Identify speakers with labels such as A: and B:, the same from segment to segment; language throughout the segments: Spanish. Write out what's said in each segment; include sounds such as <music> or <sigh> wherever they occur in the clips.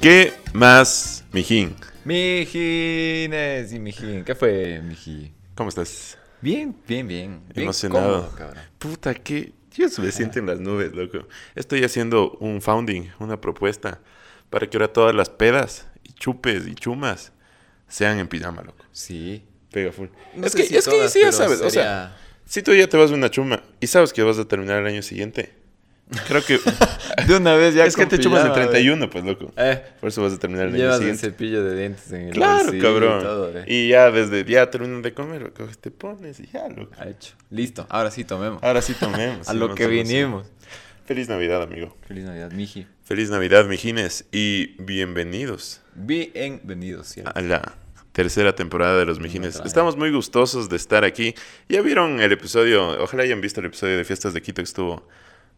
A: ¿Qué más, mijín?
B: Mijines y mijín. ¿Qué fue, miji?
A: ¿Cómo estás?
B: Bien, bien, bien. Bien
A: Emocionado.
B: cómodo, cabrón.
A: Puta, que Yo me siento en las nubes, loco. Estoy haciendo un founding, una propuesta, para que ahora todas las pedas, y chupes y chumas sean en pijama, loco.
B: Sí.
A: Pega full.
B: No
A: es
B: sé
A: que,
B: si
A: es que
B: todas,
A: sí, ya
B: pero
A: sabes. O sea,
B: sería-
A: si tú ya te vas de una chuma y sabes que vas a terminar el año siguiente, creo
B: <laughs>
A: que.
B: De una vez ya
A: es que te
B: con
A: chupas el
B: pijama,
A: 31, pues, loco.
B: Eh,
A: Por eso vas a terminar el año
B: llevas el
A: siguiente.
B: cepillo de dientes en el
A: Claro,
B: bolsillo y
A: cabrón.
B: todo, eh.
A: Y ya desde ya terminan de comer, loco, te pones y ya, loco.
B: Ha hecho. Listo. Ahora sí tomemos.
A: Ahora sí tomemos.
B: <laughs> A lo
A: Ah, sí,
B: que
A: no sé, no sé.
B: vinimos.
A: Feliz Navidad, amigo.
B: Feliz Navidad, miji.
A: Feliz Navidad, mijines, y bienvenidos
B: Bienvenidos, ¿cierto?
A: a la tercera temporada de Los Mijines.
B: Otra.
A: Estamos muy gustosos de estar aquí. Ya vieron el episodio, ojalá hayan visto el episodio de Fiestas de Quito que estuvo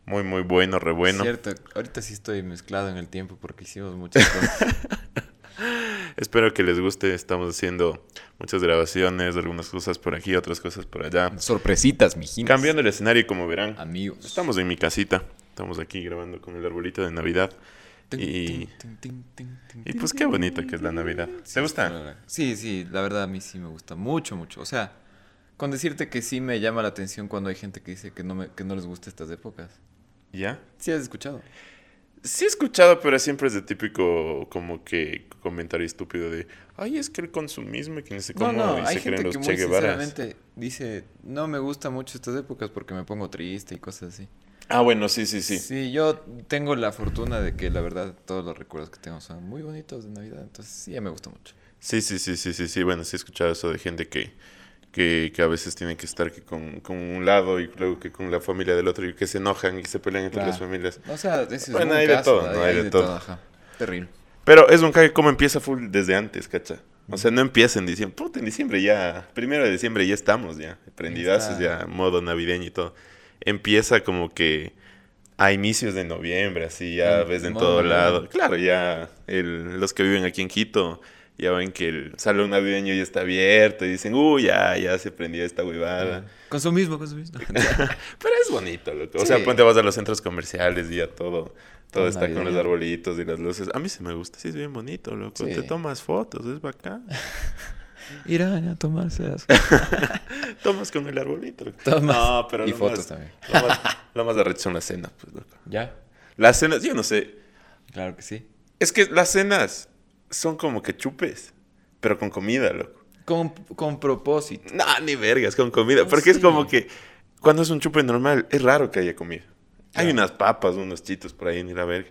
A: muy, muy bueno, re bueno.
B: Cierto. Ahorita sí estoy mezclado en el tiempo porque hicimos
A: <laughs>
B: muchas cosas.
A: Espero que les guste. Estamos haciendo muchas grabaciones, algunas cosas por aquí, otras cosas por allá.
B: Sorpresitas, mijines.
A: Cambiando el escenario, como verán.
B: Amigos.
A: Estamos en mi casita, estamos aquí grabando con el arbolito de Navidad. Y, y pues qué bonito que es la Navidad. ¿Te gusta?
B: Sí, sí, la verdad a mí sí me gusta mucho, mucho. O sea, con decirte que sí me llama la atención cuando hay gente que dice que no, me, que no les gusta estas épocas.
A: ¿Ya?
B: Sí, has escuchado.
A: Sí he escuchado, pero siempre es de típico como que comentario estúpido de ay, es que el consumismo y que no sé cómo
B: no, no,
A: y
B: hay
A: se creen
B: gente
A: los
B: que
A: Che
B: muy
A: Guevaras.
B: sinceramente dice, no me gusta mucho estas épocas porque me pongo triste y cosas así.
A: Ah, bueno, sí, sí, sí.
B: Sí, yo tengo la fortuna de que la verdad todos los recuerdos que tengo son muy bonitos de Navidad, entonces sí, ya me gusta mucho.
A: Sí, sí, sí, sí, sí, sí. Bueno, sí he escuchado eso de gente que, que, que a veces tienen que estar que con, con un lado y luego que con la familia del otro y que se enojan y se pelean entre las
B: Claro.
A: familias.
B: O sea, ese es
A: Bueno,
B: un
A: hay de
B: caso,
A: todo, ¿no? Hay de todo.
B: ajá. Terrible.
A: Pero es un cague como empieza full desde antes, cacha. O sea, no empieza en diciembre. Puta, en diciembre ya, primero de diciembre ya estamos ya. Prendidazos
B: está.
A: ya, modo navideño y todo. Empieza como que a inicios de noviembre, así ya
B: El
A: ves en
B: modo
A: todo
B: navideño.
A: lado. Claro, ya el- los que viven aquí en Quito ya ven que el salón navideño ya está abierto y dicen, uy, ya, ya se prendió esta huevada. <laughs>
B: Consumismo, consumismo.
A: Pero es bonito, loco. O sea,
B: Sí.
A: ponte vas a los centros comerciales y ya todo. Todo
B: Todo
A: está con los
B: navideño.
A: arbolitos y las luces. A mí sí me gusta, sí es bien bonito, loco.
B: Sí.
A: Te tomas fotos, es bacán. <laughs>
B: Irán a tomarse las
A: Tomas con el arbolito. loco.
B: Tomas.
A: No, pero
B: Y
A: lo
B: fotos
A: más-
B: también.
A: Lo más, lo más arrecho son las cenas, pues, loco.
B: ¿Ya?
A: Las cenas, yo no sé.
B: Claro que sí.
A: Es que las cenas son como que chupes, pero con comida, loco.
B: Con, con propósito.
A: No, ni vergas, con comida.
B: No
A: Porque es
B: sé.
A: como que cuando es un chupe normal, es raro que haya comida. Hay
B: Claro.
A: unas papas, unos chitos por ahí, ni la verga.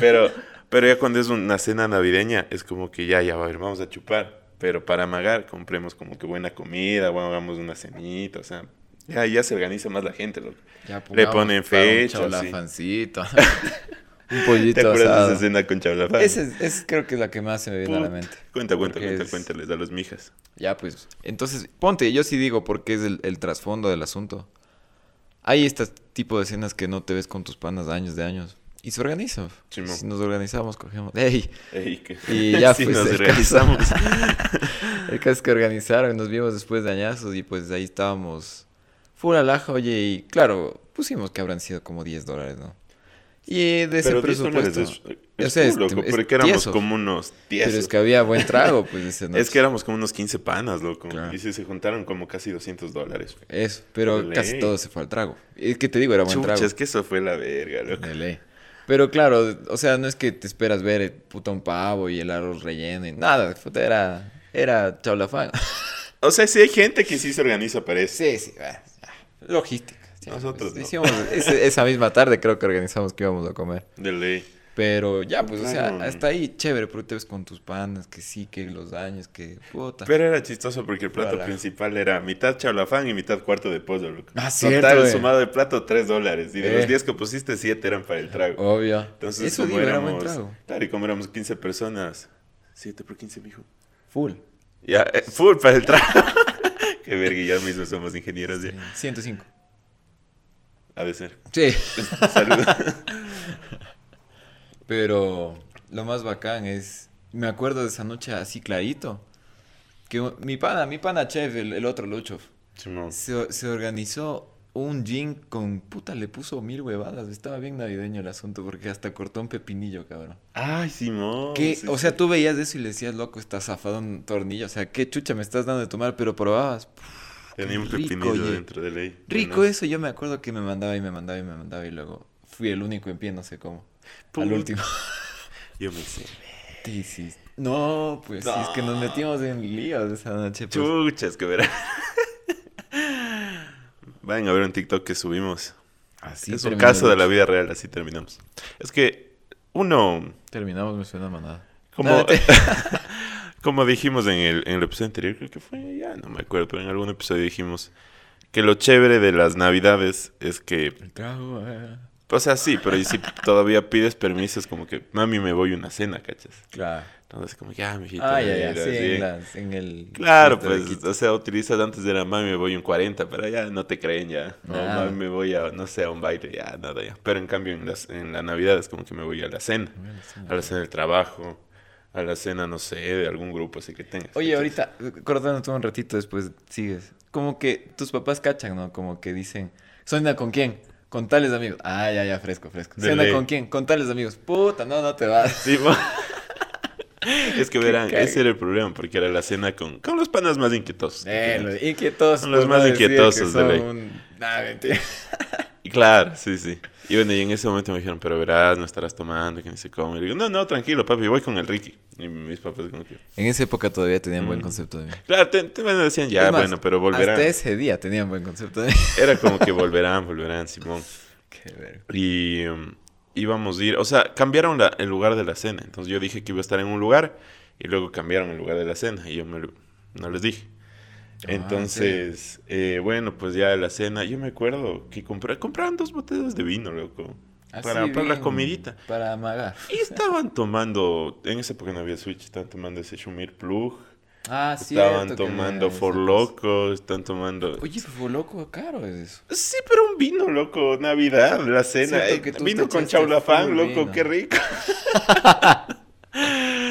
A: Pero, pero ya cuando es una cena navideña, es como que ya, ya, va a ver, vamos a chupar. Pero para amagar, compremos como que buena comida, bueno, hagamos una cenita, o sea, ya, ya se organiza más la gente, loco.
B: Ya
A: Le
B: pongamos
A: ponen
B: para un
A: fecha, sí. <laughs>
B: chaulafancito. un
A: ¿Te
B: pollito
A: acuerdas de
B: asado.
A: esa cena con chablafán?
B: Esa es, es- creo que es la que más se me viene a la
A: Puta.
B: mente.
A: Cuenta, cuenta,
B: Porque
A: cuenta,
B: es-
A: cuéntales a los mijas.
B: Ya, pues. Entonces, ponte, yo sí digo porque es el, el trasfondo del asunto. Hay este tipo de escenas que no te ves con tus panas de años de años. Y se organizan.
A: Simón.
B: Si nos organizamos, cogemos. ¡Ey!
A: Ey, que-
B: Y
A: <laughs>
B: ya
A: Sí,
B: pues,
A: nos
B: el caso-
A: organizamos.
B: El caso es que organizaron, nos vimos después de añazos y pues ahí estábamos full alaja, oye, y claro, pusimos que habrán sido como 10 dólares, ¿no? Y de ese
A: Pero 10 dólares
B: presupuesto.
A: es- eh, es
B: o sea,
A: full,
B: es-
A: loco,
B: es
A: porque éramos
B: tieso,
A: como unos 10.
B: Pero es que había buen trago, pues ese no.
A: Es que éramos como unos 15 panas, loco.
B: Claro.
A: Y sí, se juntaron como casi 200 dólares. güey.
B: Eso, pero
A: Olé.
B: casi todo se fue al trago. Es que te digo, era buen
A: Chucha,
B: trago.
A: es que eso fue la verga, loco.
B: De ley. Pero claro, o sea, no es que te esperas ver el puta un pavo y el arroz relleno y nada, puta, era, era chaulafán.
A: O sea, sí hay gente que sí se organiza para eso.
B: Sí, sí, va. logística. sí,
A: Nosotros
B: pues,
A: no.
B: hicimos- ese- esa misma tarde creo que organizamos que íbamos a comer.
A: De ley.
B: Pero ya, pues, o
A: Claro.
B: sea, hasta ahí chévere, pero te ves con tus panas, que sí, que los daños, que puta.
A: Pero era chistoso porque el plato
B: Ojalá.
A: principal era mitad chaulafán y mitad cuarto de pollo, loco.
B: Ah,
A: Total,
B: cierto, güey.
A: sumado de plato, 3 dólares. Y de
B: Eh.
A: los 10 que pusiste, 7 eran para el trago.
B: Obvio.
A: Entonces,
B: Eso
A: como
B: digo, era buen
A: éramos...
B: trago.
A: Claro, y como éramos 15 personas, 7 por 15, mijo.
B: Full.
A: Ya, eh, full para <laughs> el trago. Qué verga, ya mismo somos ingenieros. ya.
B: 105.
A: Ha de ser. <laughs>
B: Sí.
A: Salud.
B: Pero lo más bacán es, me acuerdo de esa noche así clarito, que u- mi pana, mi pana chef, el, el otro Luchov,
A: Simón.
B: se, o- se organizó un gin con puta, le puso mil huevadas, estaba bien navideño el asunto porque hasta cortó un pepinillo, cabrón.
A: Ay, Simón.
B: Que,
A: sí,
B: o
A: sí.
B: sea, tú veías eso y le decías, loco, estás zafado un tornillo, o sea, qué chucha me estás dando de tomar, pero probabas.
A: Tenía un
B: rico,
A: pepinillo
B: oye.
A: dentro de ley.
B: Rico
A: Bueno,
B: eso, yo me acuerdo que me mandaba y me mandaba y me mandaba y luego fui el único en pie, no sé cómo. Al
A: Puta.
B: último. <laughs>
A: Yo me hice.
B: Te hiciste. No, pues si es que nos metimos en líos esa noche. pues.
A: Chuchas, que verán. <laughs> Vayan a ver un TikTok que subimos.
B: Así
A: es un
B: terminó
A: caso de la
B: noche.
A: vida real, así terminamos. Es que uno,
B: <laughs> Terminamos, me suena a manada.
A: como, <laughs>
B: Dale, pues. te-
A: como dijimos en el, en el episodio anterior, creo que fue, ya no me acuerdo, pero en algún episodio dijimos que lo chévere de las navidades es que,
B: El trago, eh.
A: o sea, sí, pero y si todavía pides permisos, como que, mami, me voy a una cena, ¿cachas?
B: Claro.
A: Entonces, como, ya, mijito.
B: Ah, ya, ya,
A: mira,
B: sí,
A: sí.
B: en, las- en el.
A: Claro,
B: fiesta de
A: pues,
B: Quito.
A: o sea, utilizas antes de la mami me voy un 40, pero ya no te creen ya. O
B: Nada.
A: mami me voy a, no sé, a un baile, ya, nada ya. Pero en cambio en, las, en la Navidad es como que me voy a la cena. A la cena del trabajo, a la cena, no sé, de algún grupo así que tengas.
B: Oye,
A: ¿cachas?
B: ahorita, cortándote un ratito después, sigues. Como que tus papás cachan, ¿no? Como que dicen, ¿cena con quién? Con tales amigos. Ah, ya, ya, fresco, fresco.
A: De
B: ¿Cena
A: ley.
B: con quién? Con tales amigos. Puta, no, no
A: <laughs>
B: te vas.
A: Sí, mo- es que verán,
B: cague.
A: ese era el problema, porque era la cena con, con los panas más inquietosos.
B: Eh, los inquietosos.
A: Son los
B: por
A: más
B: no decir que
A: inquietosos de
B: son
A: ley.
B: un- Nah, mentira.
A: <laughs> Y Claro, sí, sí. Y bueno, y en ese momento me dijeron, pero verás, no estarás tomando, que ni se come. Y digo, no, no, tranquilo, papi, voy con el Ricky. Y mis papás como que...
B: En esa época todavía tenían buen
A: Mm.
B: concepto de mí.
A: Claro, te, te- bueno, decían ya,
B: Es más,
A: bueno, pero volverán.
B: Hasta ese día tenían buen concepto de mí. <laughs>
A: Era como que volverán, volverán, Simón.
B: Qué verga.
A: Y em, íbamos a ir, o sea, cambiaron la- el lugar de la cena. Entonces yo dije que iba a estar en un lugar y luego cambiaron el lugar de la cena y yo me lo- no les dije.
B: Ah, ¿en
A: Entonces, eh, bueno, pues ya la cena, yo me acuerdo que compré, compraron dos botellas de vino, loco, para, para la comidita.
B: Para amagar.
A: Y estaban tomando, en esa época no había Switch, estaban tomando ese Shumir Plug,
B: Ah, sí.
A: estaban tomando For Loco, están tomando...
B: Oye, fue loco, caro es eso.
A: Sí, pero un vino, loco, Navidad, la cena.
B: Cierto que
A: eh,
B: tú
A: vino
B: te
A: con
B: echaste
A: chaulafán,
B: full
A: loco,
B: vino.
A: qué rico.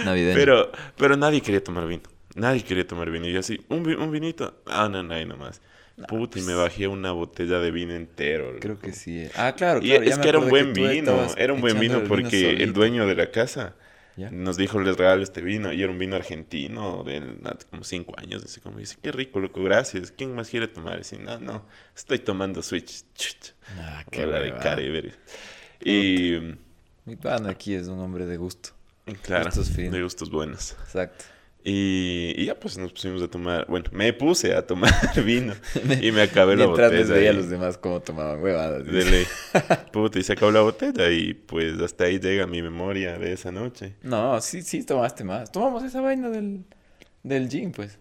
B: Navideño.
A: Pero, pero nadie quería tomar vino. Nadie quería tomar vino. Y yo así, un, vi- un vinito. Ah, no, no, ahí nomás. Puta, y me bajé una botella de vino entero. loco.
B: pues Creo que sí. eh. Ah, claro,
A: Y
B: claro. ya
A: es
B: me
A: que era un
B: acuerdo
A: buen
B: que tú
A: vino.
B: estabas
A: Era un buen vino
B: echándole el
A: porque el
B: solito.
A: dueño de la casa
B: Ya.
A: nos dijo, les regalo este vino. Y era un vino argentino de hace como cinco años. Así como dice, qué rico, loco, gracias. ¿Quién más quiere tomar? Y así, no, no, estoy tomando Switch. <laughs> Chuch.
B: Ah,
A: Qué
B: qué
A: la de
B: hueva.
A: cara y ver- Y
B: Mi pan aquí es un hombre de gusto.
A: claro,
B: Gustos finos.
A: de gustos buenos.
B: Exacto.
A: Y, y ya pues nos pusimos a tomar, bueno, me puse a tomar <laughs>
B: <laughs>
A: vino y me acabé la
B: Mientras les
A: botella.
B: veía a
A: y-
B: los demás cómo tomaban huevadas.
A: de
B: <laughs>
A: ley. Puta, y se acabó la botella y pues hasta ahí llega mi memoria de esa noche.
B: No, sí, sí, tomaste más. Tomamos esa vaina del, del gin, pues.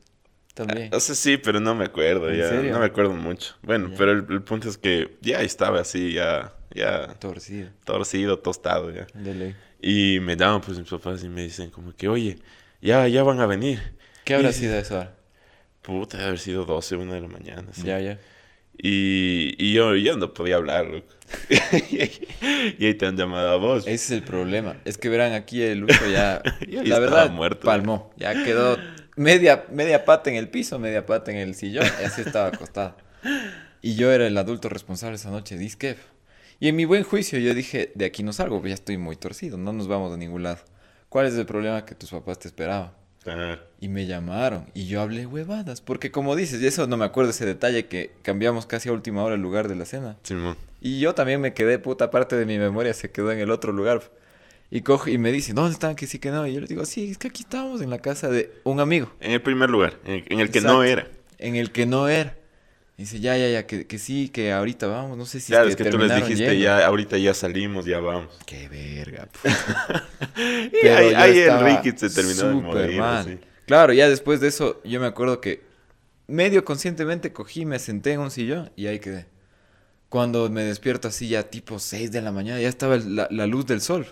B: También.
A: Ah, O sea, sí, pero no me acuerdo,
B: ¿En
A: ya,
B: serio?
A: no me acuerdo mucho. Bueno,
B: Ya.
A: pero el, el punto es que ya estaba así, ya, ya
B: Torcido.
A: torcido, tostado ya.
B: De ley.
A: Y me daban pues mis papás y me dicen como que, oye, ya, ya van a venir.
B: ¿Qué habrá
A: Y-
B: sido eso ahora?
A: Puta, debe haber sido 12, 1 de la mañana. sí.
B: Ya, ya.
A: Y, y yo, yo no podía hablar, loco. <laughs> y ahí te han llamado a vos.
B: Ese es el problema. Es que verán aquí el Lucho ya.
A: <laughs> Ya
B: la
A: estaba
B: verdad,
A: muerto.
B: palmó. Ya quedó media, media pata en el piso, media pata en el sillón. Y así estaba acostado. Y yo era el adulto responsable esa noche, disque. Y en mi buen juicio yo dije, de aquí no salgo, ya estoy muy torcido, no nos vamos a ningún lado. ¿Cuál es el problema que tus papás te esperaban?
A: Ah,
B: Y me llamaron y yo hablé huevadas, porque como dices, y eso no me acuerdo ese detalle que cambiamos casi a última hora el lugar de la cena.
A: Simón.
B: Y yo también me quedé, puta parte de mi memoria se quedó en el otro lugar. Y coge y me dice, ¿dónde están? Que sí, que no. Y yo le digo, sí, es que aquí estábamos en la casa de un amigo,
A: En el primer lugar, en, en el que
B: Exacto.
A: no era.
B: en el que no era. Y dice, ya, ya, ya, que, que sí, que ahorita vamos, no sé si
A: claro, es que tú les
B: terminaron
A: dijiste,
B: yendo".
A: ya, ahorita ya salimos, ya vamos.
B: Qué verga. pues. puta.
A: Y
B: Pero
A: ahí,
B: yo
A: ahí el
B: estaba
A: Ricky se terminó de
B: súper
A: morir.
B: mal.
A: así.
B: Claro, ya después de eso, yo me acuerdo que medio conscientemente cogí, me senté en un sillón y ahí quedé. Cuando me despierto así ya tipo 6 de la mañana, ya estaba el- la, la luz del sol.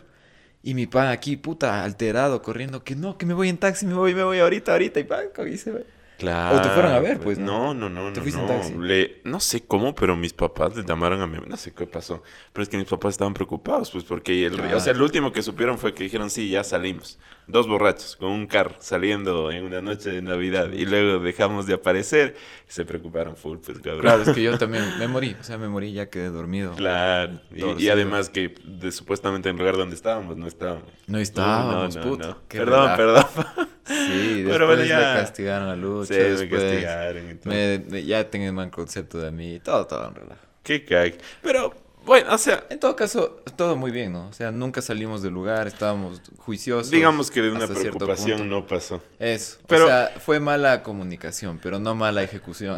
B: Y mi pan aquí, puta, alterado, corriendo, que no, que me voy en taxi, me voy, me voy ahorita, ahorita, y pan, y se va.
A: Claro.
B: O te fueron a ver, pues,
A: No, no,
B: ¿no?
A: no, no.
B: Te fuiste
A: no.
B: en taxi.
A: Le- no sé cómo, pero mis papás le llamaron a mi No sé qué pasó. Pero es que mis papás estaban preocupados, pues, porque el O sea,
B: Claro.
A: el último que supieron fue que dijeron, sí, ya salimos. Dos borrachos con un carro saliendo en una noche de Navidad. Y luego dejamos de aparecer. Se preocuparon full, pues, cabrón.
B: Claro, es que yo también me morí, o sea, me morí ya quedé dormido.
A: Claro. Y- Y,
B: Torcido.
A: además que de- supuestamente en el lugar donde estábamos, no estábamos.
B: No estábamos, puta, qué
A: Perdón,
B: relajo.
A: perdón.
B: Sí, después
A: Pero bueno, ya.
B: me castigaron a Lucho,
A: Sí, me
B: después
A: castigaron y todo.
B: pues. me- me- ya tengo el mal concepto de mí, todo, todo en relajo.
A: Qué cag. Pero, bueno, o sea,
B: En todo caso, todo muy bien, ¿no? O sea, nunca salimos del lugar, estábamos juiciosos.
A: digamos que de una
B: hasta cierto
A: preocupación
B: punto.
A: no pasó.
B: Eso,
A: Pero-
B: o sea, fue mala comunicación, pero no mala ejecución.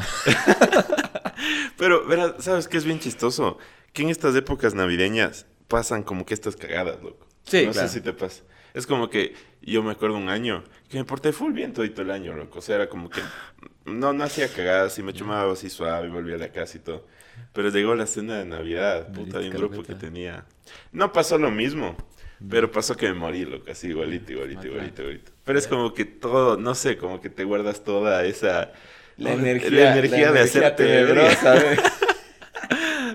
A: Pero, verás, ¿sabes qué es bien chistoso? Que en estas épocas navideñas pasan como que estas cagadas, loco.
B: Sí,
A: No
B: claro.
A: sé si te pasa. Es como que yo me acuerdo un año que me porté full bien todo el año, loco. O sea, era como que no, no hacía cagadas y me chumaba así suave y volvía a la casa y todo. Pero llegó la cena de Navidad, puta, de un
B: Maldita
A: grupo que
B: carpeta.
A: tenía. No pasó lo mismo, pero pasó que me morí, loco, así igualito, igualito,
B: Mal
A: igualito, igualito. Pero es como que todo, no sé, como que te guardas toda esa... <laughs>
B: La
A: la
B: energía,
A: energía de hacerte verga.
B: tenebrosa, ¿ves?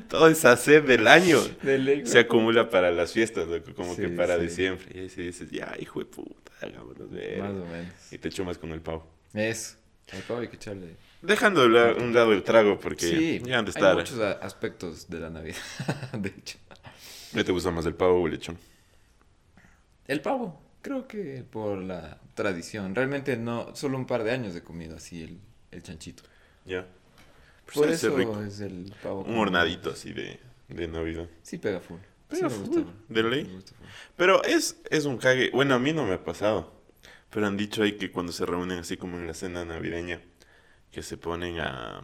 A: Toda esa sed del año <laughs>
B: Del ego.
A: se acumula para las fiestas, loco, como que
B: Sí,
A: para
B: sí.
A: diciembre. Y ahí sí dices, ya, hijo de puta, hagámonos ver.
B: Más o menos.
A: Y te chumas con el pavo.
B: Eso. Acabo de echarle.
A: Dejando de la- un lado el trago, porque ya han de
B: hay
A: estar.
B: muchos a- aspectos de la Navidad, <laughs> de hecho.
A: ¿Qué te gusta más, el pavo o el lechón?
B: El pavo, creo que por la tradición. Realmente no, solo un par de años he comido así el, el chanchito.
A: Ya. Pues
B: Por
A: debe ser
B: eso
A: rico.
B: es el pavo.
A: Un
B: como-
A: hornadito así de, de Navidad.
B: Sí pega full.
A: Pega
B: sí
A: full.
B: full.
A: ¿De ley?
B: Me gusta full.
A: Pero es, es un cague. Bueno, a mí no me ha pasado. Pero han dicho ahí que cuando se reúnen así como en la cena navideña, que se ponen a,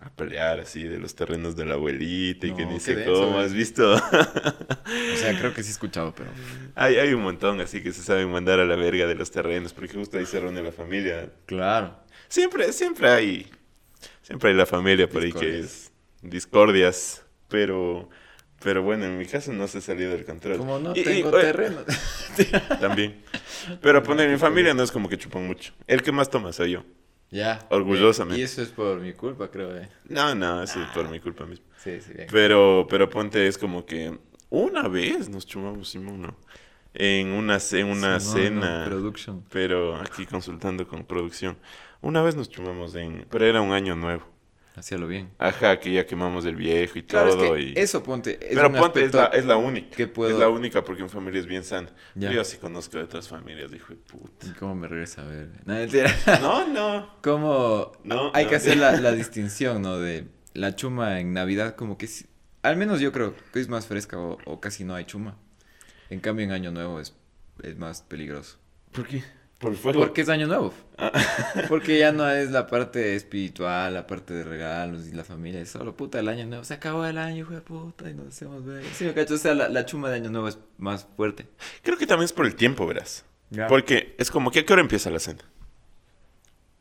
A: a pelear así de los terrenos de la abuelita y que
B: No, qué
A: dice,
B: denso,
A: ¿cómo
B: eh.
A: has visto? <laughs>
B: O sea, creo que sí he escuchado, pero...
A: hay, hay un montón así que se saben mandar a la verga de los terrenos, porque justo ahí se reúne la familia.
B: Claro.
A: Siempre, siempre hay. Siempre hay la familia por ahí que
B: Discordias.
A: es discordias. Pero, pero bueno, en mi caso no se salió del control.
B: Como no
A: Y- y,
B: tengo
A: oye,
B: terreno. <laughs>
A: También. Pero poner mi familia no es como que chupan mucho. El que más toma soy yo.
B: ya.
A: Orgullosamente.
B: Y eso es por mi culpa, creo, eh.
A: No, no, eso es por mi culpa mismo.
B: Sí, sí, bien.
A: Pero, pero ponte es como que una vez nos chumamos, Simón, ¿no? En una, ce- en una
B: Sí, no, no,
A: cena.
B: production.
A: pero aquí consultando con producción. Una vez nos chumamos en... Pero era un año nuevo.
B: Hacíalo bien.
A: Ajá, que ya quemamos el viejo y
B: Claro,
A: todo.
B: es que
A: y...
B: eso ponte. Es
A: pero
B: un
A: ponte, es
B: aspecto-
A: la, es la única.
B: que puedo-
A: Es la única porque mi familia es bien sana.
B: Ya.
A: Yo sí conozco de otras familias, dijo puta.
B: ¿Y ¿Cómo me regresa a ver? No, mentira.
A: No, no.
B: Como
A: No,
B: hay
A: no.
B: que hacer
A: <laughs>
B: la, la distinción, ¿no? De la chuma en Navidad, como que sí- al menos yo creo que es más fresca o, o casi no hay chuma. En cambio, en Año Nuevo es, es más peligroso.
A: ¿Por qué? Por fuego.
B: Porque es Año Nuevo.
A: Ah.
B: <laughs> Porque ya no es la parte espiritual, la parte de regalos y la familia. Es solo puta el Año Nuevo. Se acabó el año, hijo de puta, y nos hacemos ver. Sí, me cacho. O sea, la, la chuma de Año Nuevo es más fuerte.
A: Creo que también es por el tiempo, verás.
B: Ya.
A: Porque es como que a qué hora empieza la cena.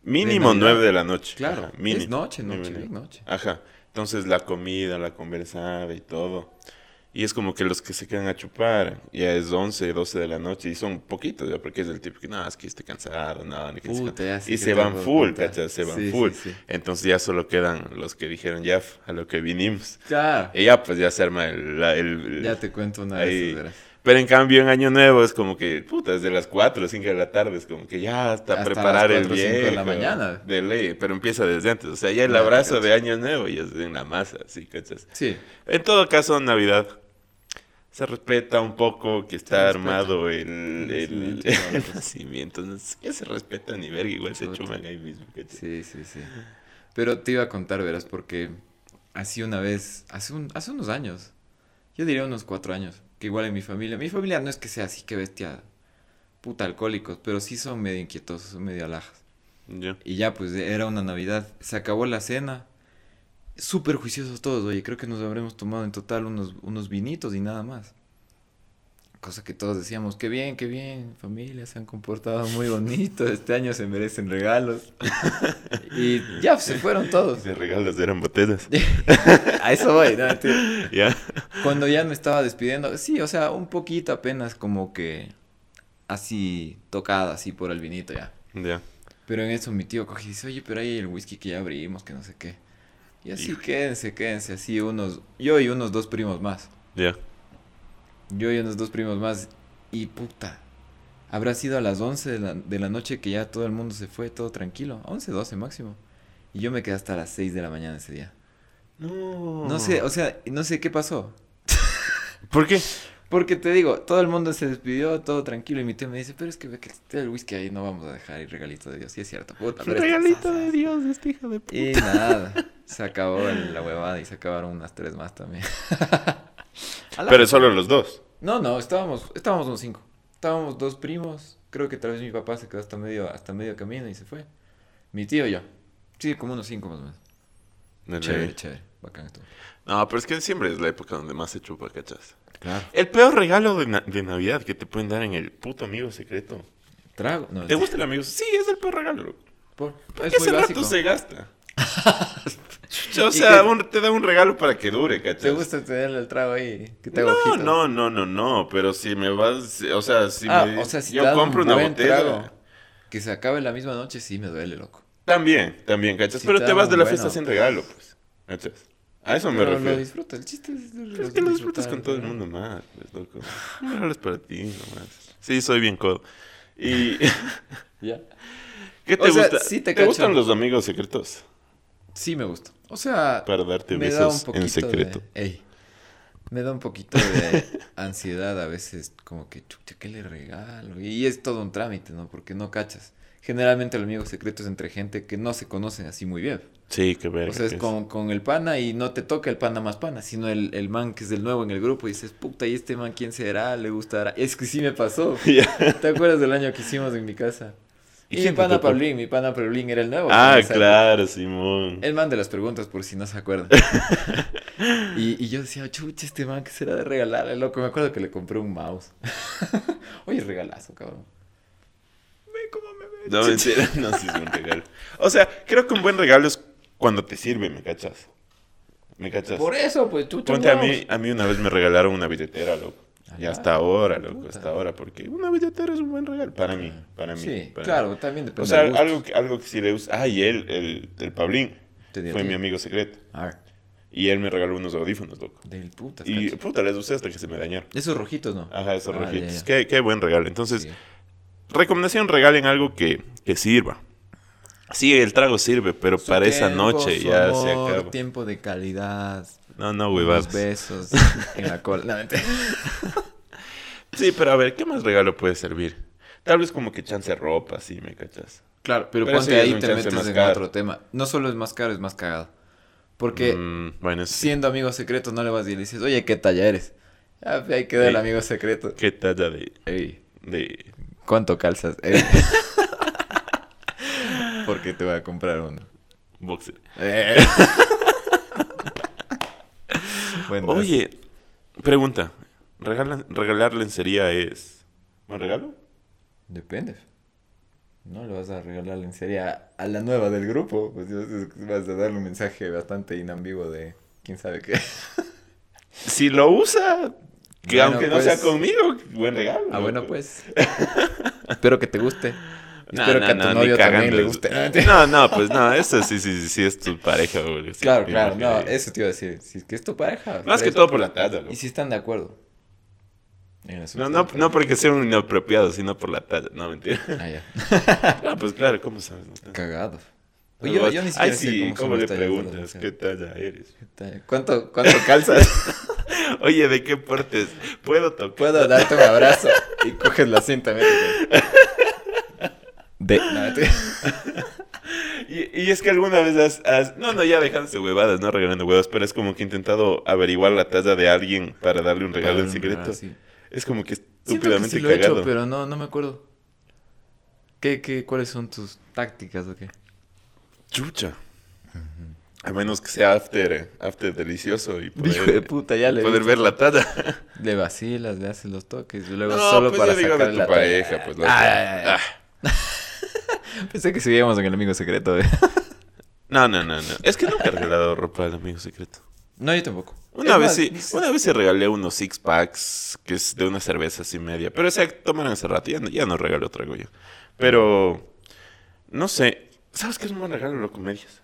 A: Mínimo
B: De Navidad.
A: nueve de la noche.
B: Claro,
A: Ajá, mínimo.
B: es noche, noche,
A: Mínimo.
B: bien noche.
A: Ajá. Entonces la comida, la conversada y todo. Y es como que los que se quedan a chupar ya es 11, 12 de la noche y son poquitos, ya, porque es el tipo que, no, es que estoy cansado, no, ni que sé
B: Puta,
A: qué".
B: ya sé
A: Y
B: que
A: se
B: te
A: van
B: voy a
A: full,
B: contar.
A: ¿cachas? Se van
B: Sí, sí,
A: full.
B: sí.
A: Entonces ya solo quedan los que dijeron ya f- a lo que vinimos.
B: Ya.
A: Y ya pues ya se arma el... la- el-
B: Ya te cuento una
A: Ahí.
B: vez. verás.
A: Pero en cambio en Año Nuevo es como que, puta, desde las 4 o 5 de la tarde, es como que ya hasta,
B: Hasta
A: preparar
B: las
A: el
B: 4 o 5
A: viejo.
B: de la mañana. Ah,
A: De ley, pero empieza desde antes. O sea, ya el
B: Ya,
A: abrazo
B: cacho.
A: de Año Nuevo y es en la masa, sí, cachas.
B: Sí.
A: En todo caso, Navidad se respeta un poco que está
B: respeta.
A: armado el,
B: El
A: el,
B: nacimiento y todo
A: el <laughs>
B: lo
A: nacimiento. No sé qué se respeta ni verga, igual se
B: Chuta.
A: chuman ahí mismo, <laughs> cachas.
B: Sí, sí, sí. Pero te iba a contar, verás, porque así una vez, hace, un, hace unos años, yo diría unos cuatro años, que igual en mi familia, mi familia no es que sea así que bestia, puta alcohólicos, pero sí son medio inquietosos, son medio alhajas.
A: Ya.
B: Y ya, pues era una Navidad, se acabó la cena, súper juiciosos todos, oye, creo que nos habremos tomado en total unos, unos vinitos y nada más. Cosa que todos decíamos, qué bien, qué bien, familia, se han comportado muy bonito, este año se merecen <laughs> regalos. y ya, se fueron todos.
A: De regalos eran botellas. <laughs>
B: A eso voy, no, Este, mentira.
A: ya.
B: Cuando ya me estaba despidiendo, sí, o sea, un poquito apenas como que así tocada, así por el vinito ya.
A: Ya.
B: Pero en eso mi tío coge y dice, oye, pero ahí hay el whisky que ya abrimos, que no sé qué. Y así,
A: Hijo.
B: quédense, quédense, así unos, yo y unos dos primos más.
A: Ya.
B: Yo y unos dos primos más. Y puta, habrá sido a las 11 de la, de la noche que ya todo el mundo se fue, todo tranquilo. 11, 12 máximo. Y yo me quedé hasta las 6 de la mañana ese día.
A: No.
B: No sé, o sea, no sé qué pasó.
A: ¿Por qué?
B: Porque te digo, todo el mundo se despidió, todo tranquilo. Y mi tío me dice, pero es que ve que está el whisky ahí, no vamos a dejar el regalito de Dios. Y es cierto, puta. pero está-
A: Dios, este hijo de
B: Y nada,
A: <laughs>
B: se acabó el- la huevada y se acabaron unas tres más también. <laughs> A la-
A: Pero solo los dos.
B: No, no, estábamos, estábamos unos cinco. Estábamos dos primos. Creo que tal vez mi papá se quedó hasta medio, hasta medio camino y se fue. Mi tío y yo. Sí, como unos cinco más o menos. Chévere, chévere. Bacán esto.
A: No, pero es que siempre es la época donde más se chupa, ¿cachas?
B: Claro.
A: El peor regalo de, na- de Navidad que te pueden dar en el puto amigo secreto.
B: Trago. No,
A: ¿Te gusta el amigo? Sí, es el peor regalo.
B: Por,
A: Porque
B: es muy
A: ese
B: básico.
A: rato se gasta.
B: <laughs>
A: Chucha, o
B: Y
A: sea,
B: que-
A: un- te da un regalo para que dure, ¿cachas?
B: ¿Te gusta tener el trago ahí? Que te haga
A: No,
B: ojitos?
A: no, no, no, no, pero si me vas, o sea, si
B: ah,
A: me-
B: o sea, si
A: yo
B: te das
A: compro
B: un
A: una
B: buen
A: botella,
B: trago que se acabe la misma noche, sí me duele, loco.
A: también, también, ¿cachas?
B: Si
A: pero
B: te
A: te,
B: dan
A: vas
B: un
A: de la
B: bueno.
A: fiesta sin regalo, pues, ¿cachas? A eso me
B: Pero
A: refiero.
B: lo disfrutas, el chiste es...
A: Pero es que lo disfrutas con todo el mundo más, pues,
B: <laughs>
A: loco. Un regalo es para ti nomás. Sí, soy bien codo.
B: <laughs>
A: ¿Y
B: Ya.
A: qué
B: O
A: te
B: sea,
A: gusta?
B: sí te
A: ¿Te,
B: cacho.
A: gustan los amigos secretos?
B: Sí me gusta. O sea,
A: Para darte
B: me da un
A: besos
B: poquito
A: en secreto.
B: de- ey, me da un poquito
A: <laughs>
B: de ansiedad a veces, como que, chucha, ¿qué le regalo? Y es todo un trámite, ¿no? Porque no cachas. Generalmente el amigo secreto es entre gente que no se conocen así muy bien.
A: Sí, qué verga.
B: O sea, es
A: que es.
B: con, con el pana y no te toca el pana más pana, sino el, el man que es el nuevo en el grupo y dices, puta, ¿y este man quién será? ¿Le gustará? Es que sí me pasó.
A: <laughs> Ya.
B: ¿Te acuerdas del año que hicimos en mi casa?
A: ¿Y
B: Y, mi
A: quién te
B: pana
A: tocó?
B: Paulín, mi pana Paulín era el nuevo.
A: Ah,
B: en esa época.
A: claro, Simón.
B: El man de las preguntas, por si no
A: <laughs>
B: se acuerdan. y, y yo decía, chucha, este man, ¿qué será de regalarle, loco? Me acuerdo que le compré un mouse. <laughs> Oye, regalazo, cabrón. <laughs>
A: No, mentira, no, sí es un regalo. O sea, creo que un buen regalo es cuando te sirve, ¿me cachas? ¿Me cachas?
B: Por eso, pues, chucha,
A: Ponte a
B: un
A: mí,
B: mouse.
A: a mí una vez me regalaron una billetera, loco. Y
B: Ajá.
A: hasta ahora, loco,
B: Puta.
A: hasta ahora, porque una billetera es un buen regalo para mí, para mí.
B: Sí,
A: para
B: claro,
A: mí. O
B: también depende
A: sea,
B: del gusto.
A: algo, que- algo que sí le gusta. Ah, y él, el, el Pablín,
B: Te dio
A: fue
B: a ti.
A: mi amigo secreto.
B: A ver,
A: Y él me regaló unos audífonos, loco.
B: Ah, del puta.
A: Y
B: cacho.
A: puta, les usé hasta que se me dañaron.
B: Esos rojitos, ¿no?
A: Ajá, esos
B: Ah, ya,
A: rojitos. pues,
B: ya.
A: Qué, qué buen regalo. Entonces,
B: Sí.
A: Recomendación, regalen algo que, que sirva. Sí, el trago sirve, pero
B: Su
A: para esa
B: tiempo,
A: noche
B: su
A: ya se
B: amor,
A: acaba.
B: tiempo de calidad.
A: No, no,
B: Los
A: huevadas. <laughs>
B: besos en la cola. No, mentira.
A: Sí, pero a ver, ¿qué más regalo puede servir? Tal vez como que chance ropa, sí, me cachas.
B: Claro, pero,
A: Pero eso
B: ponte
A: ya es
B: ahí
A: un
B: te
A: chance
B: metes
A: más
B: en
A: caro.
B: otro tema. No solo es más caro, es más cagado. Porque
A: Mm, bueno, sí.
B: siendo amigo secreto no le vas y le dices, oye, ¿qué talla eres? Ah, ahí queda el
A: Ey.
B: amigo secreto.
A: ¿Qué talla de,
B: Ey,
A: de-
B: ¿cuánto calzas? Ey. <laughs> Porque te voy a comprar uno. <laughs>
A: boxer?
B: Eh. Bueno, pues,
A: Oye, pregunta. ¿regalan- ¿Regalar lencería es un regalo?
B: Depende. No le vas a regalar lencería a la nueva del grupo. Pues vas a darle un mensaje bastante inambiguo de quién sabe qué.
A: Si lo usa, que
B: Bueno,
A: aunque
B: pues.
A: no sea conmigo, buen regalo.
B: Ah,
A: ¿no?
B: bueno, <laughs> pues. Espero que te guste.
A: No,
B: Espero
A: no,
B: que a tu
A: no, ni
B: novio también
A: cagando.
B: le guste.
A: <laughs>
B: <laughs>
A: No, no, pues no, eso sí, sí, sí, sí es tu pareja, güey. Sí,
B: claro,
A: me
B: claro, no,
A: imagino.
B: eso te iba a decir. Si es que es tu pareja.
A: Más que
B: pero-
A: todo por la talla, güey.
B: Y si están de acuerdo. En el asunto
A: No, no,
B: de-
A: no porque sea un inapropiado, sino por la talla, no,
B: <laughs>
A: mentira.
B: Ah, ya.
A: <laughs> Ah, pues claro, ¿cómo sabes? No, tan-
B: Cagado.
A: no,
B: Oye, yo,
A: vas-
B: yo ni siquiera
A: Ay,
B: sé
A: sí,
B: cómo
A: ¿cómo,
B: son los
A: le
B: talleres de las
A: preguntas? ¿Qué
B: mujeres.
A: talla eres?
B: ¿Qué tal? ¿Cuánto, cuánto <laughs> calzas?
A: <laughs> Oye, ¿de qué portes? ¿Puedo tocar?
B: Puedo darte un abrazo y coges la cinta. mira, güey. De... no, te-
A: Y, y es que alguna vez has, has- No, no, ya dejándose huevadas, no regalando huevas, pero es como que he intentado averiguar la talla de alguien para darle un <laughs> regalo en
B: Ah,
A: secreto.
B: sí.
A: Es como que
B: Siento que
A: estúpidamente
B: sí lo he
A: cagado.
B: hecho, pero no, no me acuerdo. ¿Qué, qué, ¿Cuáles son tus tácticas o qué?
A: Chucha. A menos que sea after, eh, after delicioso y poder,
B: Hijo de puta, ya le,
A: poder
B: dices.
A: ver la talla.
B: le vacilas, le haces los toques y luego
A: No,
B: solo
A: pues
B: para
A: yo digo
B: sacar
A: de tu
B: la
A: pareja, pues loco.
B: Ah, ya, ya, ya.
A: Ah.
B: <laughs> Pensé que seguíamos en el amigo secreto. eh.
A: <laughs> No, no, no, no. Es que nunca he regalado ropa al amigo secreto.
B: <laughs> No, yo tampoco.
A: Una
B: Es
A: vez
B: más,
A: sí,
B: ni sé-
A: una vez sí regalé unos six packs que es de una cerveza así media. Pero ese tomaron hace rato, ya no, ya no regalo trago yo. Pero No sé. ¿Sabes qué es un buen regalo, loco? Medias.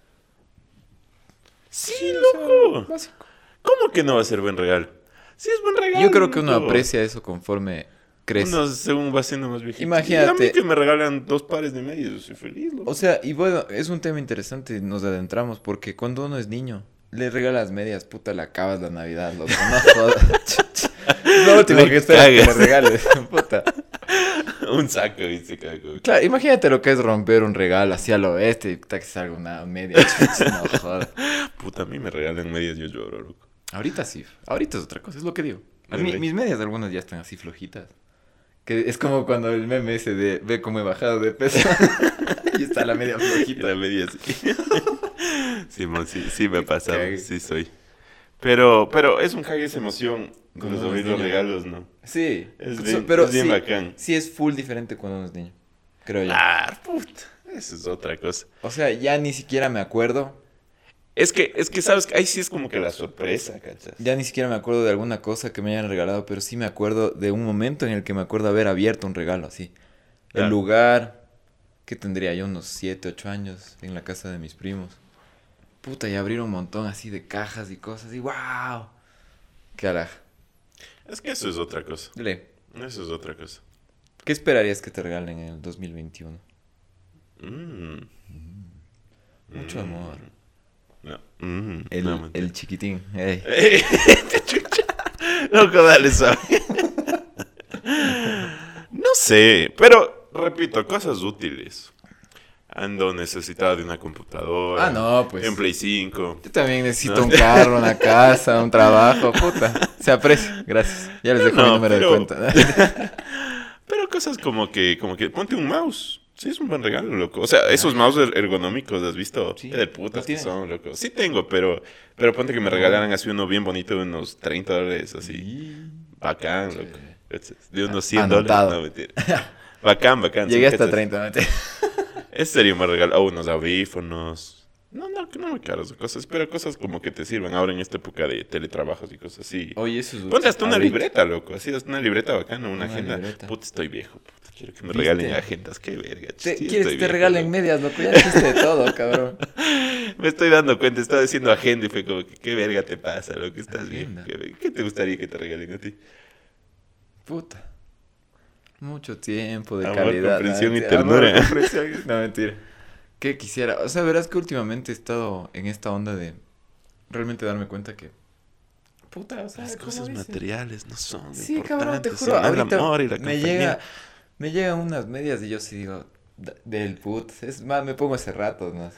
A: Sí,
B: o sea,
A: loco.
B: básico.
A: ¿Cómo que no va a ser buen regalo? Sí, es buen regalo.
B: Yo creo que uno
A: loco.
B: aprecia eso conforme crece.
A: Uno según va siendo más viejito.
B: Imagínate.
A: Y a mí que me regalan dos pares de medias, yo soy feliz, loco.
B: O sea, y bueno, es un tema interesante, nos adentramos, porque cuando uno es niño, le regalas medias, puta, le acabas la Navidad, loco, no <laughs> jodas. Es lo último
A: Le
B: que esperas que le
A: cagas.
B: regales, <laughs> puta.
A: <laughs> un saco, viste, cago.
B: Claro, imagínate lo que es romper un regalo así al oeste y puta, que salga una media,
A: <laughs>
B: no jodas.
A: Puta, a mí me regalan medias, yo lloro, loco.
B: Ahorita sí, ahorita es otra cosa, es lo que digo. A
A: De
B: mí-
A: ley.
B: mis medias algunas ya están así flojitas. Que es como cuando el meme ese de ve cómo he bajado de peso <laughs> y está la media
A: Y
B: flojita.
A: la media sí. <laughs> Simón, sí, sí me ha pasado,
B: cague.
A: sí soy. Pero, pero es un jaque esa emoción con
B: Cuando
A: los
B: uno es
A: los
B: niño.
A: regalos, ¿no?
B: Sí,
A: Es
B: so-
A: bien-
B: pero
A: es bien
B: sí,
A: bacán.
B: sí es full diferente cuando uno es niño, creo yo.
A: Ah, puta. Eso es otra cosa.
B: O sea, ya ni siquiera me acuerdo,
A: Es que, es que, ¿sabes? Ahí sí es como que la sorpresa, ¿cachas?
B: ya ni siquiera me acuerdo de alguna cosa que me hayan regalado, pero sí me acuerdo de un momento en el que me acuerdo haber abierto un regalo así.
A: Claro.
B: El lugar, que tendría yo unos 7, 8 años, en la casa de mis primos. Puta, y abrir un montón así de cajas y cosas y wow. Carajo.
A: Es que eso es otra cosa.
B: Dile,
A: Eso es otra cosa.
B: ¿qué esperarías que te regalen en el 2021?
A: Mm,
B: Mucho amor.
A: no. Mm,
B: El,
A: no, mentira.
B: el chiquitín. ey.
A: ¡Ey! Chucha. <laughs> Loco, dale suave. No sé, pero repito, cosas útiles. Ando necesitado de una computadora.
B: Ah, no, pues.
A: En Play 5.
B: Yo también necesito
A: No.
B: un
A: <laughs>
B: carro, una casa, un trabajo, puta. Se aprecia. Gracias. Ya les dejo mi
A: No,
B: número
A: pero-
B: de cuenta.
A: Pero cosas como que, como que, ponte un mouse. Sí, es un buen regalo, loco. O sea, esos mouse er- ergonómicos, ¿has visto?
B: Sí.
A: Qué de putas
B: ¿No
A: que
B: tienes?
A: son, loco. Sí tengo, pero, pero ponte que me regalaran así uno bien bonito de unos 30 dólares, así. Bacán, loco. De unos 100
B: Anotado.
A: dólares. No,
B: <laughs>
A: mentira. Bacán, bacán.
B: Llegué
A: sí,
B: hasta
A: cachas.
B: 30, no te-
A: Ese sería un buen regalo. O unos audífonos. No, no, que no me caras cosas, pero cosas como que te sirvan ahora en esta época de teletrabajos y cosas así.
B: <laughs> Oye, eso es
A: Ponte hasta una
B: ahorita.
A: libreta, loco. Así, hasta una libreta bacana, una,
B: Una
A: agenda.
B: libreta.
A: Puta, estoy viejo. Puta, quiero que me
B: ¿Viste?
A: regalen agendas. Qué verga.
B: Te-
A: sí,
B: ¿Quieres
A: estoy
B: que te
A: viejo,
B: regalen
A: loco.
B: medias, loco? Ya dijiste de todo, cabrón.
A: Me estoy dando cuenta, estaba diciendo agenda y fue como que qué verga te pasa, loco. Estás bien.
B: Agenda.
A: ¿Qué, qué te gustaría que te regalen a ti?
B: <laughs> Puta. Mucho tiempo de
A: Amor,
B: calidad.
A: comprensión
B: ¿no?
A: y
B: Amor,
A: ternura.
B: comprensión y- No, mentira. ¿Qué quisiera? O sea, verás que últimamente he estado en esta onda de realmente darme cuenta que. Puta, o sea,
A: Las
B: ¿cómo
A: cosas
B: dices?
A: materiales no son
B: Sí, cabrón, te
A: importantes,
B: juro.
A: sino el
B: Ahorita
A: amor y la
B: me,
A: compañía.
B: llega, me llegan unas medias y yo sí digo, "Da- del put. Es más, me pongo ese rato
A: <laughs>
B: más.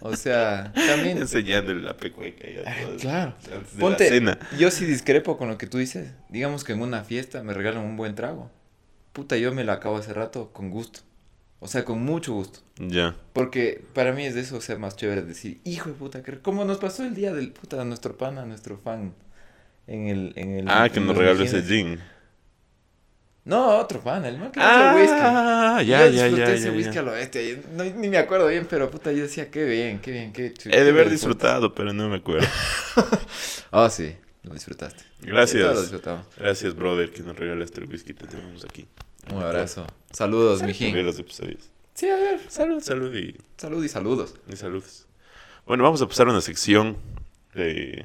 B: o sea, también.
A: Enseñándole la pecueca y a
B: Ah,
A: todos
B: Claro.
A: antes de
B: Ponte,
A: la cena.
B: yo sí discrepo con lo que tú dices. Digamos que en una fiesta me regalan un buen trago. Puta, yo me lo acabo hace rato con gusto. O sea, con mucho gusto.
A: Ya.
B: Porque para mí es de eso, o sea, más chévere decir, hijo de puta, que- ¿cómo nos pasó el día del puta a nuestro pana, a nuestro fan? En el, en el.
A: Ah,
B: en
A: que nos
B: los
A: regaló ese
B: mejines?
A: jean.
B: No, otro pan, el man que ah, whisky.
A: ya,
B: Yo
A: ya,
B: disfruté
A: ya.
B: ese
A: ya,
B: whisky
A: ya.
B: al oeste. y no- ni me acuerdo bien, pero puta, yo decía, qué bien, qué bien, qué chulo.
A: He de haber disfrutado, pero no me acuerdo.
B: Ah, sí, lo disfrutaste.
A: Gracias.
B: Todos lo disfrutamos.
A: Gracias, brother, que nos regalaste el whisky. Te tenemos aquí.
B: Un abrazo. Saludos,
A: Ve
B: Pues, mijín.
A: los episodios.
B: Sí, a ver,
A: Salud, salud y,
B: salud y saludos.
A: y saludos. Bueno, vamos a pasar a una sección. de-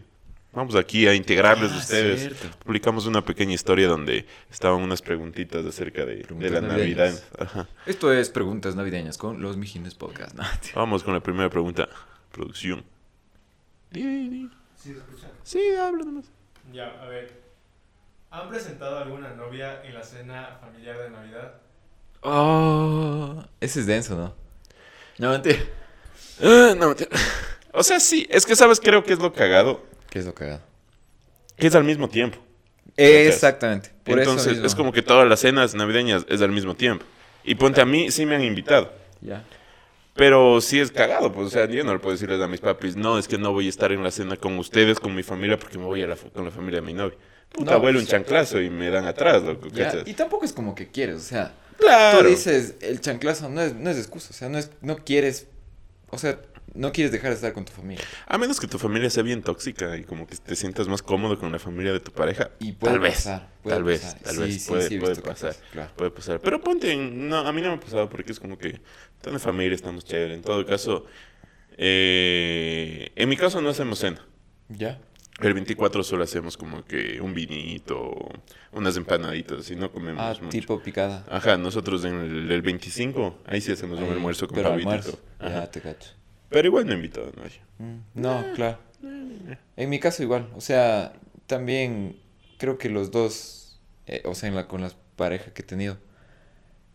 A: Vamos aquí a integrarles a
B: Ah,
A: ustedes.
B: cierto.
A: Publicamos una pequeña historia donde estaban unas preguntitas acerca de, de
B: Preguntas
A: la Navidad.
B: navideñas.
A: Ajá.
B: Esto es Preguntas Navideñas con los Mijines Podcast. No, tío.
A: Vamos con la primera pregunta. Producción. Di, di, di.
C: Sí, se escucha.
A: Sí, habla nomás.
C: Ya, a ver. ¿Han presentado alguna novia en la cena familiar de Navidad?
B: Oh, ese es denso, ¿no? No, mentira.
A: Ah, no, mentira. O sea, sí, es que sabes, creo que es lo cagado,
B: ¿Qué es lo cagado?
A: que es al mismo tiempo.
B: Exactamente. Por
A: Entonces,
B: eso mismo.
A: es como que todas las cenas navideñas es al mismo tiempo. Y ponte a mí, sí me han invitado.
B: Ya.
A: Pero sí es cagado, pues, o sea, yo no le puedo decirles a mis papis, no, es que no voy a estar en la cena con ustedes, con mi familia, porque me voy a la, fa- con la familia de mi novia. Puta,
B: No,
A: vuelo
B: pues-
A: un chanclazo y me dan atrás, loco,
B: Ya,
A: ¿cachas?
B: Y tampoco es como que quieres, o sea,
A: Claro.
B: tú dices, el chanclazo no es, no es excusa, o sea, no, es, no quieres, o sea, No quieres dejar de estar con tu familia.
A: A menos que tu familia sea bien tóxica y como que te sientas más cómodo con la familia de tu pareja.
B: Y puede
A: tal
B: pasar,
A: vez,
B: puede
A: tal
B: pasar.
A: vez, tal
B: Sí,
A: vez,
B: sí,
A: puede,
B: sí, he
A: puede
B: visto
A: pasar,
B: casos, claro.
A: puede pasar. Pero ponte, en- no, a mí no me ha pasado porque es como que están en familia, estamos chévere. En todo caso, eh, en mi caso no hacemos cena.
B: ¿Ya?
A: El 24 solo hacemos como que un vinito, unas empanaditas y no comemos
B: Ah,
A: mucho.
B: tipo picada.
A: Ajá, nosotros en el, el 25, ahí sí hacemos un
B: Ahí,
A: almuerzo con
B: pero
A: pavito.
B: almuerzo,
A: Ajá.
B: Ya te cacho.
A: Pero igual no he invitado a nadie. <laughs>
B: Mm, No, claro. En mi caso igual, o sea, también creo que los dos, eh, o sea, en la, con las parejas que he tenido,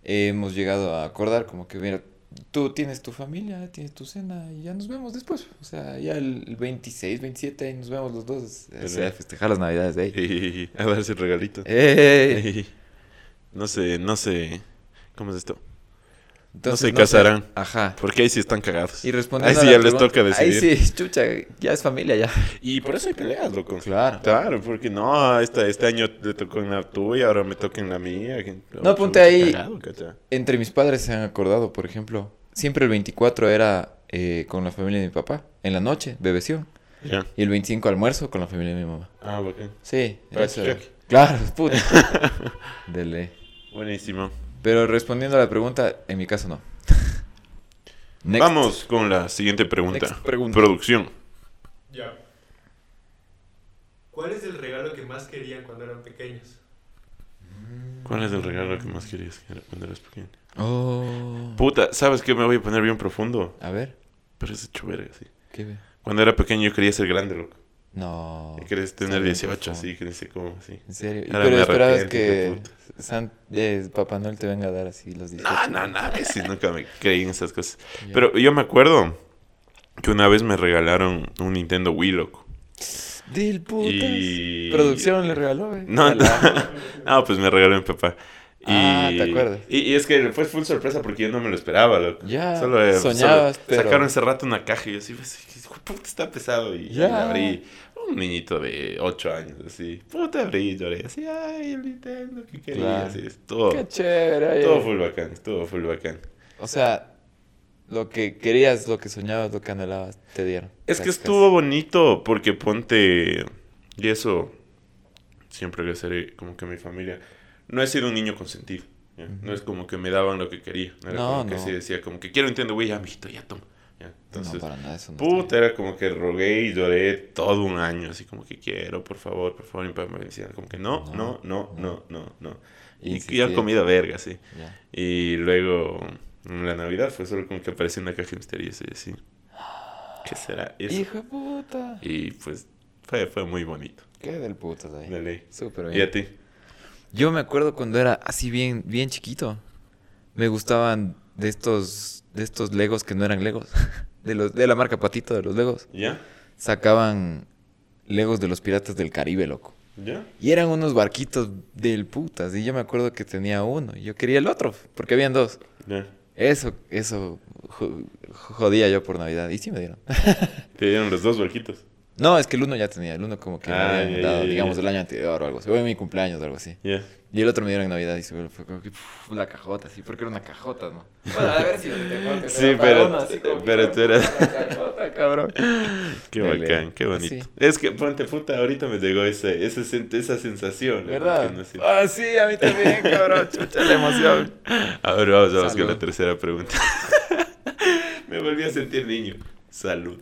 B: eh, hemos llegado a acordar como que, mira, tú tienes tu familia, tienes tu cena y ya nos vemos después. O sea, ya el el 26, 27 ahí nos vemos los dos. eh, O sea,
A: Verdad.
B: festejar las navidades de ahí.
A: Y a darse regalitos.
B: ¡Eh!
A: <laughs> No sé, no sé. ¿Cómo es esto?
B: Entonces,
A: se casarán.
B: Ajá.
A: Porque ahí sí están cagados.
B: Y
A: ahí
B: respondiendo
A: sí
B: a
A: ya
B: la
A: les
B: pregunta-
A: toca decidir.
B: Ahí sí, chucha, ya es familia ya.
A: Y por eso hay peleas, loco.
B: Claro.
A: Claro, porque no, esta, este año le tocó en la tuya, ahora me toca en la mía. que-
B: No,
A: oh,
B: ponte
A: chuta,
B: ahí.
A: cagado, cacha.
B: Entre mis padres se han acordado, por ejemplo, siempre el 24 era eh, con la familia de mi papá, en la noche, bebeción,
A: Ya.
B: y el 25 almuerzo con la familia de mi mamá.
A: Ah, bacán.
B: Sí,
A: Para
B: eso era.
A: que choque.
B: Claro,
A: <laughs>
B: puta. De ley.
A: Buenísimo.
B: E. Pero respondiendo a la pregunta, en mi caso no.
A: <laughs>
B: Next.
A: Vamos con la siguiente pregunta.
B: Next pregunta.
A: Producción.
C: Ya. ¿Cuál es el regalo que más querían cuando eran pequeños?
A: ¿Cuál es el regalo que más querías que era cuando eras pequeño?
B: Oh.
A: Puta, ¿sabes qué? Me voy a poner bien profundo.
B: A ver,
A: Pero es hecho verga, sí.
B: ¿qué ve?
A: Cuando era pequeño yo quería ser grande, loco.
B: No.
A: Y quería
B: está
A: tener
B: bien,
A: 18,
B: Oh, por favor.
A: así, crecí como así.
B: En serio. ¿Y
A: Ahora
B: pero
A: me
B: esperabas
A: arrepiento, hijo
B: que
A: de puta.
B: San- eh, Papá Noel te venga a dar así los 18.
A: No, no, no, a veces nunca me creí en esas cosas.
B: Ya.
A: Pero yo me acuerdo que una vez me regalaron un Nintendo Wii, loco.
B: Del putas.
A: Y-
B: Producción le regaló, eh.
A: No, no,
B: Ala.
A: no, <laughs> pues me regaló mi papá. Y,
B: Ah, ¿te acuerdas?
A: Y, y es que fue full sorpresa porque yo no me lo esperaba, loco.
B: Ya,
A: Solo, eh,
B: soñabas,
A: solo
B: pero-
A: Sacaron ese rato una caja y yo así, pues, ¿qué hijo de puta está pesado. Y ya.
B: Ya.
A: abrí. Un niñito de 8 años, así. Puta, abrí, lloré. Así, ay, el Nintendo, ¿qué quería?
B: Claro.
A: Así, estuvo,
B: Qué chévere. oye.
A: estuvo full bacán, estuvo full bacán.
B: O sea, lo que querías, lo que soñabas, lo que anhelabas, te dieron.
A: Es que
B: Casi, casi.
A: estuvo bonito porque ponte. Y eso siempre le seré como que mi familia. No he sido un niño consentido. ¿ya? No es como que me daban lo que quería. No era
B: No,
A: como que
B: no.
A: así decía, como que quiero Nintendo, güey, ya, mijito, ya toma. ¿ya?
B: No,
A: Entonces,
B: para nada, eso no está
A: puta, era como que rogué y lloré todo un año, así como que quiero, por favor, por favor. Y mi papá me decía, como que no, no, no, no, no, no. Y ya
B: Insistía.
A: comida verga, sí.
B: bien. Ya.
A: Y luego en la Navidad fue solo como que apareció una caja misteriosa y así. ¿Qué será eso?
B: Hijo de puta.
A: Y pues fue, fue muy bonito.
B: Qué del putas ahí.
A: De ley.
B: Súper
A: ¿Y
B: bien.
A: a ti?
B: Yo me acuerdo cuando era así bien, bien chiquito. Me gustaban de estos, de estos Legos que no eran Legos. <laughs> De los, de la marca Patito de los Legos.
A: ¿Ya?
B: Sacaban Legos de los Piratas del Caribe, loco.
A: ¿Ya?
B: Y eran unos barquitos del putas. Y yo me acuerdo que tenía uno. Y yo quería el otro, porque habían dos.
A: ¿Ya?
B: Eso, eso jo- jodía yo por Navidad. Y sí me dieron. <laughs>
A: Te dieron los dos barquitos.
B: No, es que el uno ya tenía. El uno como que me
A: Ah,
B: habían
A: ya, ya,
B: dado,
A: ya, ya.
B: digamos, el año anterior o algo así. O en mi cumpleaños o algo así.
A: ¿Ya?
B: Y el otro me dieron en Navidad y se fue como que puf, la cajota, sí, porque era una cajota, ¿no? <laughs> Bueno, a ver si lo que
A: Sí, pero- pero tú eras-
B: cajota, <laughs> cabrón.
A: Qué
B: De ley.
A: bacán, qué bonito.
B: Pues Sí.
A: Es que ponte puta, ahorita me llegó ese, ese sen- esa sensación. ¿no?
B: ¿Verdad?
A: Que no sé.
B: Ah, sí, a mí también, <laughs> cabrón. Chucha la emoción.
A: A ver, vamos, vamos con
B: Salud.
A: la tercera pregunta. <laughs> me volví a sentir niño. Salud.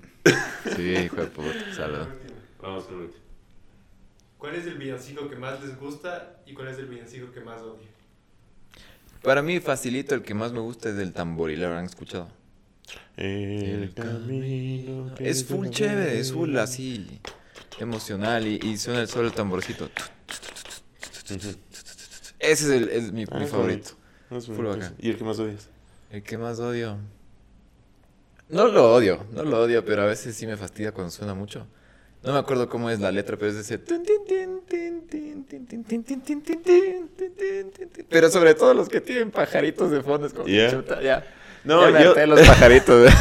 B: Sí, hijo de puta,
C: La
B: salud.
C: última.
A: Vamos con la última.
C: ¿Cuál es el villancico que más les gusta y cuál es el villancico que más odian?
B: Para mí, facilito, el que más me gusta es el tamboril, lo habrán escuchado.
A: El camino. que
B: Es full
A: lleva-
B: chévere, es full así emocional y, y suena el solo el tamborcito.
A: Ujú.
B: Ese es, el, es mi,
A: Ah,
B: mi
A: es
B: favorito.
A: No es
B: Full
A: bonito.
B: bacán.
A: ¿Y el que más odias?
B: El que más odio. No lo odio, no lo odio, pero a veces sí me fastidia cuando suena mucho. No me acuerdo cómo es la letra, pero es ese. tun, tin, tin, tin, tin, tin, tin, tin, tin, tin, tin, tin, tin, tin, tin, tin. Pero sobre todo los que tienen pajaritos de fondo, es como que
A: Ya.
B: chuta, ya.
A: No,
B: Ya me
A: yo,
B: harté de
A: <laughs>
B: los pajaritos.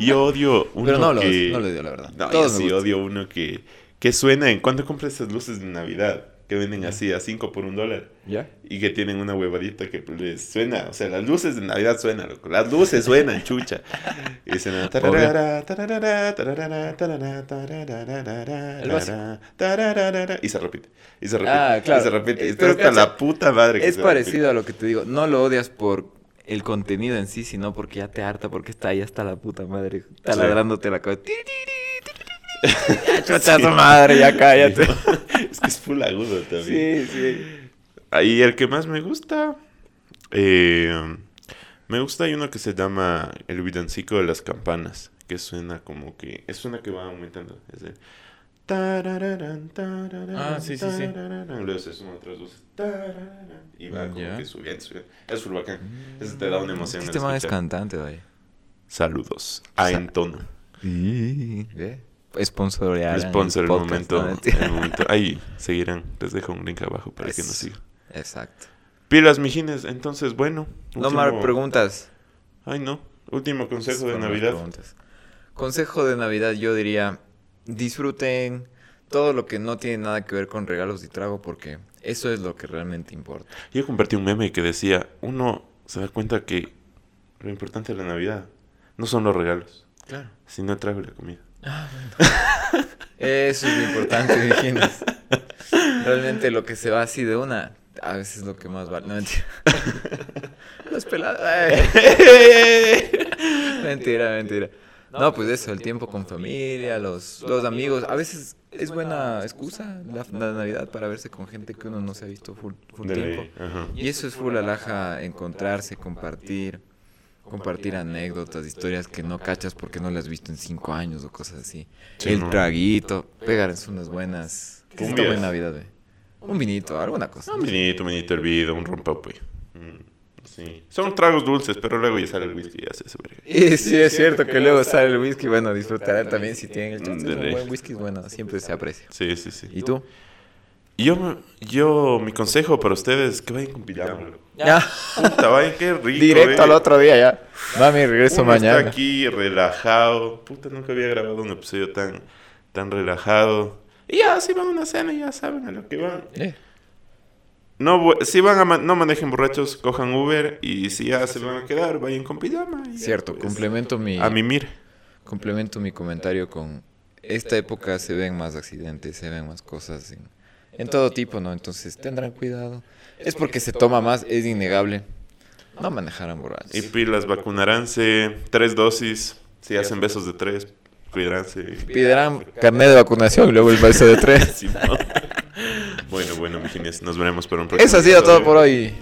A: yo odio uno
B: pero no lo,
A: que...
B: no lo odio, la verdad.
A: No, yo
B: Todos me
A: sí
B: gustan.
A: odio uno que, que suena en cuando compras esas luces de Navidad. que venden así a 5 por un dólar
B: ¿Ya?
A: y que tienen una huevadita que les suena, o sea, las luces de Navidad suenan, loco, las luces suenan, chucha. Y
B: <laughs>
A: dicen, tararara, tararara, tararara, tararara, tararara,
B: El básico.
A: tararara, y se repite, y se repite,
B: Ah, claro.
A: y se repite,
B: Eh,
A: y está
B: pero
A: hasta
B: cacha,
A: la puta madre que
B: Es
A: se repite.
B: parecido a lo que te digo. No lo odias por el contenido en sí, sino porque ya te harta, porque está ahí hasta la puta madre. Está
A: Sí.
B: ladrándote la cabeza.
A: <laughs>
B: Ya, chucha tu madre, ya cállate.
A: Es que es full agudo también.
B: Sí, sí.
A: Ahí el que más me gusta. eh, me gusta hay uno que se llama El villancico de las campanas. Que suena como que. Es una que va aumentando. Es de. tarararán, tarararán,
B: Ah, sí, sí, sí.
A: tarararán. Luego se suman otras voces. tarararán, Y va como
B: Ya.
A: que subiendo, subiendo. Es full bacán. Eso te da una emoción. al
B: Este man es
A: escuchar.
B: cantante, vaya.
A: Saludos. Ah, A
B: Sa-
A: Entono.
B: ¿Ve? Sponsorear.
A: Sponsor el momento. El momento. Ahí seguirán. Les dejo un link abajo para que nos
B: Eso.
A: sigan.
B: Exacto.
A: Pilas, mijines. Entonces, bueno.
B: No
A: último-
B: más preguntas.
A: Ay, no. Último consejo de
B: Son las
A: Navidad.
B: preguntas. Consejo de Navidad, yo diría, disfruten todo lo que no tiene nada que ver con regalos y trago, porque eso es lo que realmente importa.
A: Yo compartí un meme que decía, uno se da cuenta que lo importante de la Navidad no son los regalos,
B: Claro.
A: sino el trago y la comida.
B: Eso es lo importante, <laughs> Virginis. Realmente lo que se va así de una, a veces es lo que más vale. No, <laughs> mentira. Los <laughs> pelados. ay. mentira, mentira. No, pues eso, el tiempo con familia, los, los amigos. A veces es buena excusa la, la Navidad para verse con gente que uno no se ha visto full, full
A: De
B: tiempo.
A: ley, ajá.
B: Y eso es full alhaja, encontrarse, compartir, compartir anécdotas, historias que no cachas porque no las has visto en cinco años o cosas así.
A: Sí,
B: El
A: no.
B: traguito, pegarse unas buenas. ¿Qué se toma
A: Cumbias.
B: en Navidad, ve? Un vinito, alguna cosa.
A: Un vinito, un vinito hervido, un rompapuy. Mm, sí. Son tragos dulces, pero luego ya sale el whisky y ya se hace verga.
B: Y sí, es cierto que luego sale el whisky, bueno, disfrutarán también si tienen el chance.
A: De
B: Un
A: ley.
B: buen whisky es bueno, siempre se aprecia.
A: Sí, sí, sí.
B: ¿Y tú?
A: Yo, me- yo, mi consejo para ustedes es que vayan con pijama. loco.
B: Ya,
A: Puta, vayan, qué rico.
B: directo al
A: eh.
B: otro día ya. Mami, regreso
A: Uno
B: mañana.
A: Está aquí relajado. Puta, nunca había grabado un episodio tan, tan relajado. Y ya, si van a una cena, ya saben a lo que van.
B: Eh,
A: No, bu- si van a ma- no manejen borrachos, cojan Uber y si ya se van a quedar, vayan con pijama. y ya,
B: Cierto,
A: pues,
B: complemento mi...
A: A mimir.
B: Complemento mi comentario con esta época se ven más accidentes, se ven más cosas en, en todo tipo, ¿no? Entonces tendrán cuidado. Es porque se toma más, es innegable. No manejarán
A: Y
B: borrachos.
A: pilas, vacunaránse. Tres dosis. Si hacen besos de tres, cuidaránse.
B: <laughs> Piderán carnet de vacunación y luego el beso
A: <laughs>
B: de tres.
A: Simón. bueno, bueno, mijines, nos veremos para un próximo.
B: Eso ha sido todo
A: episodio.
B: por hoy.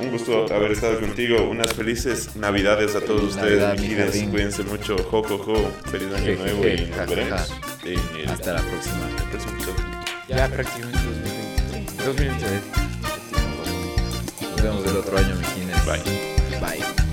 A: Un gusto haber estado contigo. Unas felices navidades a todos
B: Feliz
A: ustedes,
B: Navidad,
A: mis
B: mi
A: queridos.
B: jardín.
A: Cuídense mucho. Jo, jo, jo. Feliz año
B: Je, je,
A: nuevo
B: je.
A: y
B: Ja, ja,
A: nos veremos en el
B: Hasta la próxima.
A: próximo episodio.
B: Ya prácticamente 2023. Nos vemos el otro año, mi
A: Bye.
B: Bye.